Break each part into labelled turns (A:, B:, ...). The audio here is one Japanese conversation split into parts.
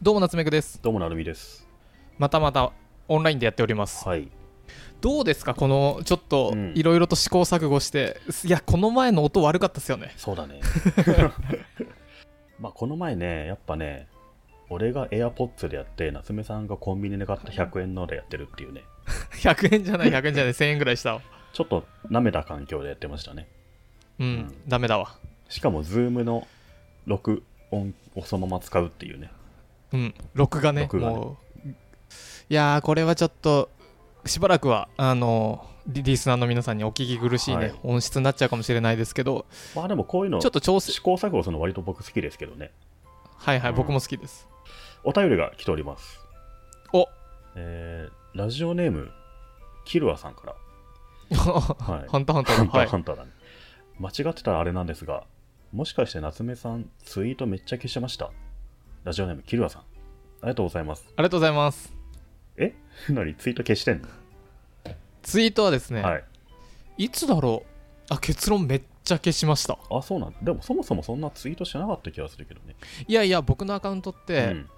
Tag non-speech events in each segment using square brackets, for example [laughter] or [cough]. A: どうも夏目くです
B: どうもなるみです。
A: またまたオンラインでやっております
B: はい。
A: どうですかこのちょっと
B: うん
A: いろいろと試行錯誤して、いやこの前の音悪かったですよね [laughs]
B: そうだね。まあこの前ね、やっぱね、俺が AirPods でやって、夏目さんがコンビニで買った100円のでやってるっていうね、
A: 100円じゃ [laughs] ない100円じゃない1000円ぐらいしたわ
B: ちょっと舐めた環境でやってましたね。
A: うん、
B: うん
A: ダメだわ
B: しかも Zoom の録音をそのまま使うっていうね。
A: うん録画ね
B: 録画ね
A: もういやーこれはちょっとしばらくはあのリリースナーの皆さんにお聞き苦しいね、
B: はい
A: 音質になっちゃうかもしれないですけど
B: まあでもこういうの、
A: ちょっと調整
B: 試行錯誤するの割と僕好きですけどね。
A: はいはい、
B: うん
A: 僕も好きです
B: お便りが来ております。
A: お [laughs]
B: えー、ラジオネーム、キルアさんから。はい
A: ハンターハンターだ
B: ハンター、
A: はい
B: ハンターだね。間違ってたらあれなんですが、もしかして夏目さん、ツイートめっちゃ消しました。ラジオネーム、キルアさん。ありがとうございます。
A: ありがとうございます
B: え [laughs] 何ツイート消してんの、
A: ツイートはですね、
B: はい。
A: いつだろうあ結論めっちゃ消しました
B: あ、そうなんだ。でもそもそもそんなツイートしてなかった気がするけどね。
A: いやいや僕のアカウントって、
B: うん。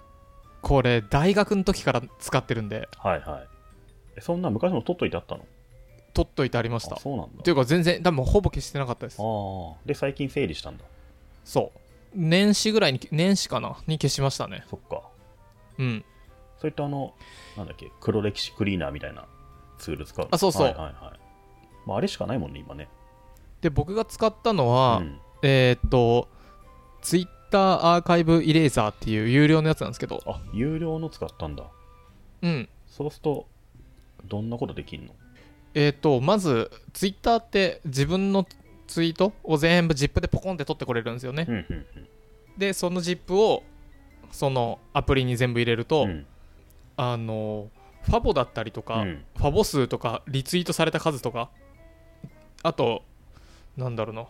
A: これ大学の時から使ってるんで
B: はいはい。えそんな昔の取っといてあったの
A: 取っといてありました
B: あ、
A: っ
B: そうなんだ
A: て。いうか全然多分ほぼ消してなかったです
B: ああ。で、最近整理したんだ。
A: そう年始ぐらいに年始かなに消しましたね
B: そっか。
A: うん
B: そういったあの、なんだっけ、黒歴史クリーナーみたいなツール使うの
A: あそうそう
B: はいはいはい。まあ、あれしかないもんね、今ね。
A: で僕が使ったのは、
B: うん、
A: えーっと Twitter アーカイブイレーザーっていう有料のやつなんですけど
B: あ、有料の使ったんだ。
A: うん
B: そうすると、どんなことできんの
A: えーっとまず Twitter って自分のツイートを全部 ZIP でポコンって取ってこれるんですよね、
B: うんうん
A: でその ZIP をそのアプリに全部入れると、
B: うん。うん
A: あのファボだったりとか、
B: うん
A: ファボ数とかリツイートされた数とかあとなんだろうな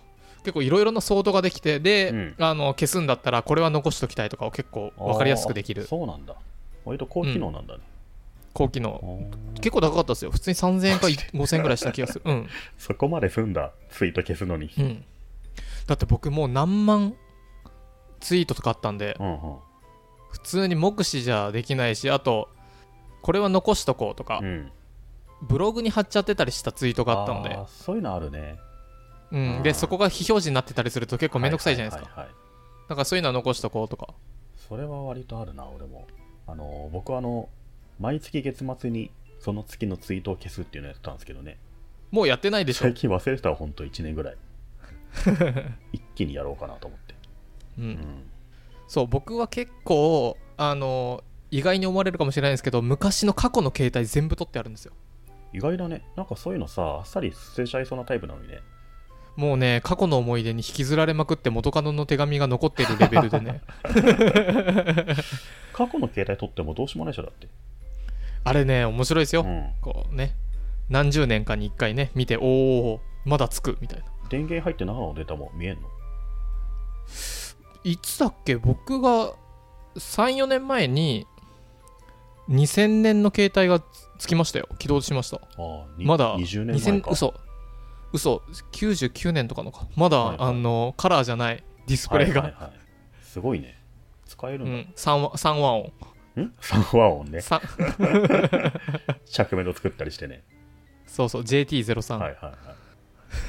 A: 結構いろいろなソートができてで、
B: うん
A: あの消すんだったらこれは残しときたいとかを結構分かりやすくでき
B: あー
A: る
B: そうなんだ。割と高機能なんだね。
A: 高機能
B: あー
A: 結構高かったですよ普通に3000円か
B: マジで
A: 5000円ぐらいした気がするうん、
B: そこまで済んだ、ツイート消すのに。
A: うん、だって僕もう何万ツイートとかあったんで
B: うんうん
A: 普通に目視じゃできないしあとこれは残しとこうとか、
B: うん。
A: ブログに貼っちゃってたりしたツイートがあったので
B: ーそういうのあるね。
A: うん、
B: う
A: で
B: ん
A: そこが非表示になってたりすると結構めんどくさいじゃないですか、
B: はははいはい
A: だからそういうのは残しとこうとか
B: それは割とあるな、俺も。あのー、僕はあの、毎月月末に、その月のツイートを消すっていうのをやってたんですけどね。
A: もうやってないでしょ
B: 最、近忘れてたわ、ほんと1年ぐ
A: [laughs]
B: らい。一気にやろうかなと思って。
A: うん
B: うん。
A: そう僕は結構あの意外に思われるかもしれないですけど昔の過去の携帯全部取ってあるんですよ
B: 意外だね。なんかそういうのさ、あっさり捨てちゃいそうなタイプなのにね。
A: もうね過去の思い出に引きずられまくって元カノの手紙が残ってるレベルでね
B: [laughs] 過去の携帯取ってもどうしようもないでしょだって、
A: あれね面白いですよ、
B: うん、
A: こうね何十年かに1回ね見ておーまだつくみたいな
B: 電源入って中のデータも見えんの
A: いつだっけ僕が34年前に2000年の携帯がつつきましたよ起動しました
B: ああに
A: まだ
B: 20年前か
A: 嘘嘘99年とかのかまだ、
B: はいはい
A: あのカラーじゃないディスプレイが、
B: はいはいはいすごいね使える
A: うんん、3, 和三和音
B: だ、ん、サンワン音ね
A: 三
B: 着メロ作ったりしてね
A: そうそう JT03、
B: はいはいはい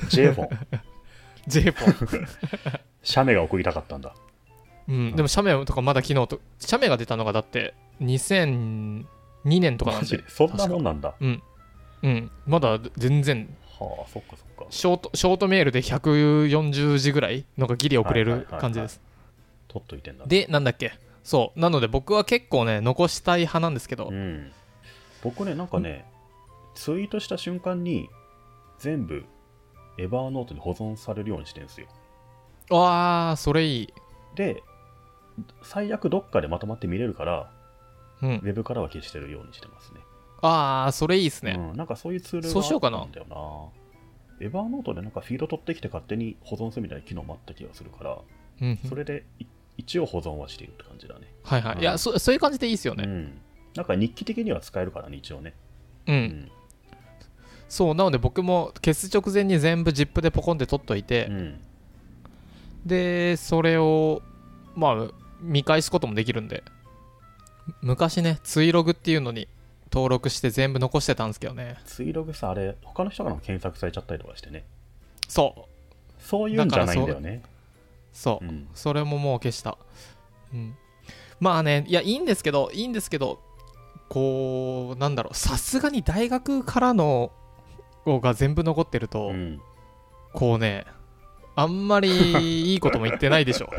B: J フォン
A: J フ
B: [laughs]
A: ォン、
B: 写メが送りたかった
A: [laughs]
B: んだ
A: うん、でも写メとかまだ昨日と写メが出たのがだって2002年とかな
B: マ
A: ん
B: ジ
A: で
B: でそんなもんなんだは
A: うんうん、まだ全然
B: あそっかそっか
A: ショートショートメールで140字ぐらいのがギリ遅れる感じです。
B: 取っといてんだ
A: で、なんだっけそう、なので僕は結構ね、残したい派なんですけど
B: う、ん僕ねなんかねツイートした瞬間に全部エバーノートに保存されるようにしてんですよ
A: わあ、それいい。
B: で最悪どっかでまとまって見れるから
A: う
B: ウ
A: ん、
B: ェブからは消してるようにしてますね
A: ああ、それいいですね。
B: うん、なんかそういうツールが
A: そうしようかな
B: あったんだよなエヴァーノートでなんかフィード取ってきて勝手に保存するみたいな機能もあった気がするから
A: うんうん
B: それでい一応保存はしているって感じだね
A: はいはい。いやそ、そういう感じでいいですよ
B: う
A: ね。
B: んなんか日記的には使えるからね一応ね
A: うん。
B: うん
A: そう、なので僕も消す直前に全部 ZIP でポコンって取っといて、
B: うん
A: で、それを、まあ、見返すこともできるんで、昔ねツイログっていうのに登録して全部残してたんですけどね
B: ツイログさ、あれ、他の人からも検索されちゃったりとかしてね。
A: そう
B: そういうんじゃないんだよね。
A: そうう、
B: ん。
A: それももう消した、うん、まあねいやいいんですけどいいんですけどこうなんだろうさすがに大学からのが全部残ってると、
B: うん
A: こうねあんまりいいことも言ってないでし
B: [laughs]
A: ょ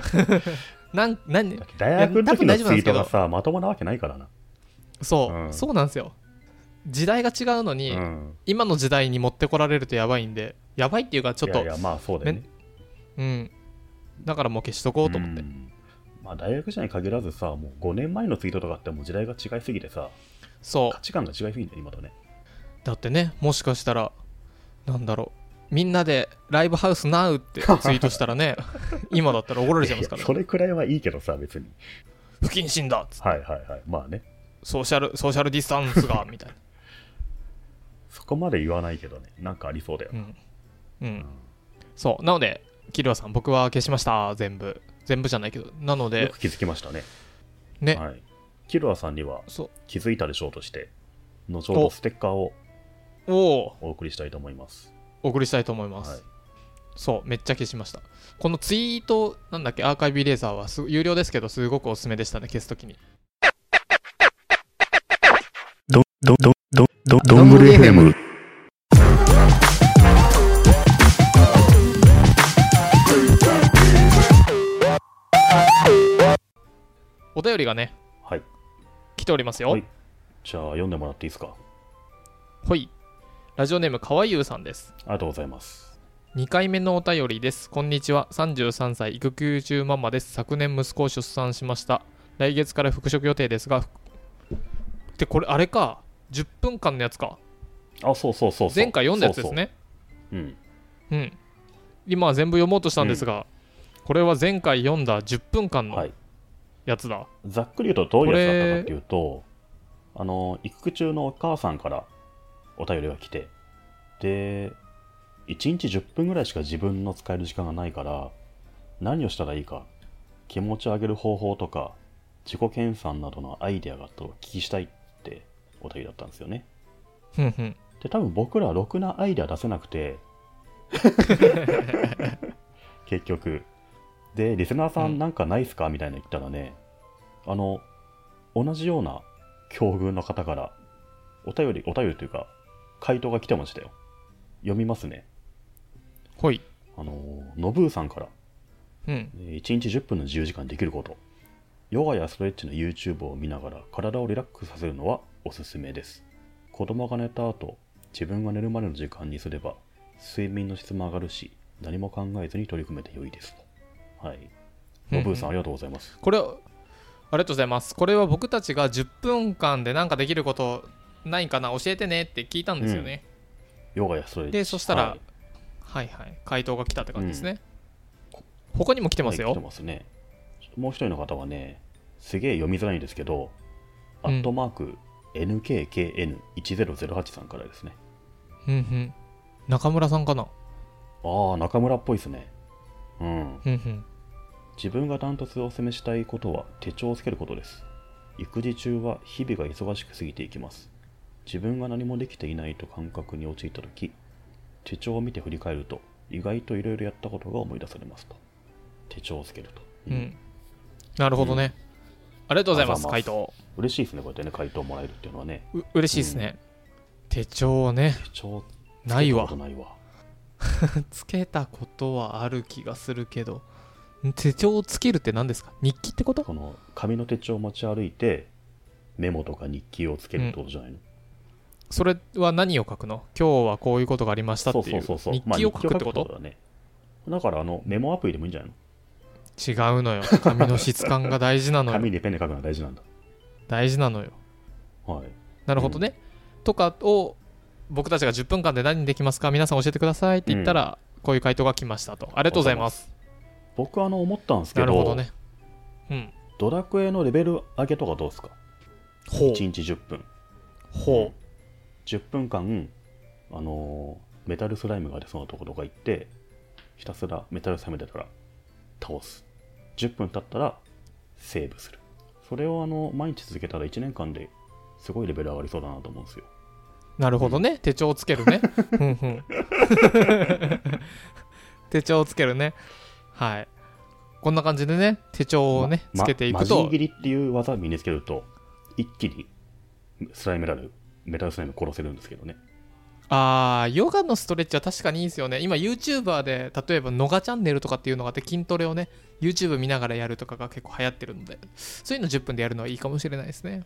A: なんなん
B: だって大学の時の
A: いや多分大丈夫
B: ツ
A: なんですけ
B: イート
A: ど
B: がさ、まともなわけないからな。
A: そう、
B: うん
A: そうなんですよ時代が違うの
B: う
A: に、
B: ん。
A: 今の時代に持ってこられるとやばいんでやばいっていうかちょっと
B: いやいや、まあそうだよね。
A: うんだからもう消しとこうと思って、
B: うんまあ、大学時代に限らずさ、もう5年前のツイートとかってもう時代が違いすぎてさ、
A: そう
B: 価値観が違いすぎて今とね。
A: だってねもしかしたらなんだろうみんなでライブハウスなう
B: [laughs]
A: ってツイートしたらね今だったら怒られちゃいますか
B: い
A: ら
B: や
A: ね
B: それくらいはいいけどさ、別に。
A: 不謹慎だっつ
B: はいはいはい。まあね、
A: ソーシャルソーシャルディスタンス
B: [laughs]
A: がみたいな
B: そこまで言わないけどね、なんかありそうだよ
A: う。ん、う
B: うん
A: ん、そうなのでキルアさん僕は消しました全部全部じゃないけどなの
B: よ
A: で
B: く気づきましたね。
A: ね、
B: はい。キルアさんには
A: そ
B: 気づいたでしょうとして、後ほど
A: お
B: ステッカーを
A: うを
B: お送りしたいと思います。
A: お送りしたいと思います、
B: はい。
A: そうめっちゃ消しましたこのツイートなんだっけアーカイブイレーザーはす有料ですけどすごくおすすめでしたね消すときに
C: ど、ど、ど、ど、ど、
A: どんぶり FM。お便りがね
B: はい。
A: 来ておりますよ、
B: はいじゃあ、読んでもらっていいですか。
A: ほい。ラジオネームかわゆうさんです。
B: ありがとうございます。
A: 2回目のお便りです。こんにちは。33歳、育休中ママです。昨年息子を出産しました。来月から復職予定ですが、ふで、これあれか。10分間のやつか。
B: あ、そうそうそうそう。
A: 前回読んだやつですね。
B: そうそう。うん。
A: うん。今は全部読もうとしたんですが、これは前回読んだ10分間
B: は
A: の
B: い。
A: やつだ。
B: ざっくり言うとどういうやつだったかっていうと、あの、育休中のお母さんからお便りが来て、で、1日10分ぐらいしか自分の使える時間がないから、何をしたらいいか、気持ちを上げる方法とか、自己研鑽などのアイデアがあったらお聞きしたいってお便りだったんですよね。
A: ふんふん。
B: で、多分僕らろくなアイデア出せなく
A: [laughs]
B: て、結局。で、リスナーさ
A: うん
B: んなんかないっすかみたいなの言ったらね、あの、同じような境遇の方から、お便り、お便りというか、回答が来てましたよ。読みますね。
A: ほい。
B: あの、のぶーさんから、
A: うん。
B: えー1日10分の自由時間できること。ヨガやストレッチの YouTube を見ながら体をリラックスさせるのはおすすめです。子供が寝た後、自分が寝るまでの時間にすれば、睡眠の質も上がるし、何も考えずに取り組めて良いですと。はい。
A: うん
B: のぶーさん、ありがとうございます。
A: これをありがとうございますこれは僕たちが10分間で何かできることないかな教えてねって聞いたんですよね、
B: ヨガやストレッチ。
A: でそしたら
B: はい
A: はいはい回答が来たって感じですね、他にも来てますよ、
B: はい来てますね。もう一人の方はね、すげえ読みづらいんですけど、
A: うん
B: アットマーク NKKN1008 さんからですね。
A: うんうん中村さんかな
B: ああ、中村っぽいですね。うん。
A: うんうん
B: 自分がダントツでお勧めしたいことは手帳をつけることです。育児中は日々が忙しく過ぎていきます。自分が何もできていないと感覚に陥ったとき、手帳を見て振り返ると、意外といろいろやったことが思い出されますと。手帳をつけると。
A: うん、なるほどね、ありがとうございます
B: あ
A: 回
B: りがと
A: 答
B: 嬉しいですね、こうやってね、回答もらえるっていうのはね。
A: う嬉しいですね、手帳ね
B: 手帳つけ
A: ない
B: たこ
A: わ
B: とないわ。
A: つけたことはある気がするけどん手帳をつけるって何ですか日記ってこと
B: この紙の手帳を持ち歩いて、メモとか日記をつけるってことじゃないの、
A: それは何を書くの今日はこういうことがありましたっていう
B: そうそうそうそう
A: 日記を書くってこと
B: まあ日記を書くだねだからあのメモアプリでもいいんじゃないの
A: 違うのよ紙の質感が大事なのよ
B: [laughs] 紙でペンで書くのは大事なんだ
A: 大事なのよ
B: はい
A: なるほどね、とかを僕たちが10分間で何できますか皆さん教えてくださいって言ったら、こういう回答が来ましたとありがとうございます
B: 僕あの思ったんですけ
A: な
B: ど
A: るほどねうん
B: ドラクエのレベル上げとかどうですか
A: ほ
B: 1日10分
A: うほ
B: 10分間あのーメタルスライムが出そうなとことか行ってひたすらメタルスライム出たら倒す10分経ったらセーブするそれをあの毎日続けたら1年間ですごいレベル上がりそうだなと思うんですよ。
A: なるほどね。手帳をつける
B: [laughs]
A: ね。ふんふん。手帳をつけるね。はい。こんな感じでね、手帳をね、
B: ま
A: つけてい
B: マ
A: く
B: ジ
A: と
B: ン、切りっていう技を身につけると、一気にスライムメダル、メダルスライム殺せるんですけどね。
A: あー、ヨガのストレッチは確かにいいですよね。今、YouTuber で、例えば、のがチャンネルとかっていうのがあって、筋トレをね、YouTube 見ながらやるとかが結構流行ってるので、そういうの10分でやるのはいいかもしれないですね。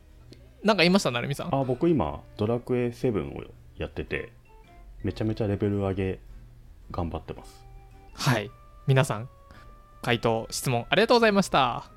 A: なんか言いました、成美さん。
B: あ僕今、ドラクエ7をやってて、めちゃめちゃレベル上げ頑張ってます。
A: はい。皆さん、回答、質問ありがとうございました。